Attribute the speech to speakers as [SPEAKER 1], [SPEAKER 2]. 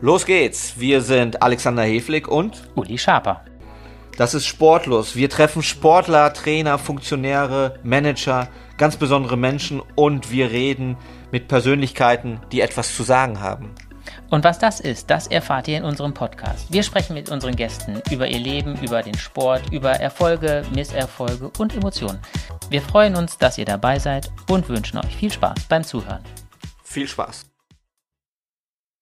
[SPEAKER 1] Los geht's. Wir sind Alexander Heflik und
[SPEAKER 2] Uli Schaper.
[SPEAKER 1] das ist Sportlos. Wir treffen Sportler, Trainer, Funktionäre, Manager, ganz besondere Menschen und wir reden mit Persönlichkeiten, die etwas zu sagen haben.
[SPEAKER 2] Und was das ist, das erfahrt ihr in unserem Podcast. Wir sprechen mit unseren Gästen über ihr Leben, über den Sport, über Erfolge, Misserfolge und Emotionen. Wir freuen uns, dass ihr dabei seid und wünschen euch viel Spaß beim Zuhören.
[SPEAKER 1] Viel Spaß.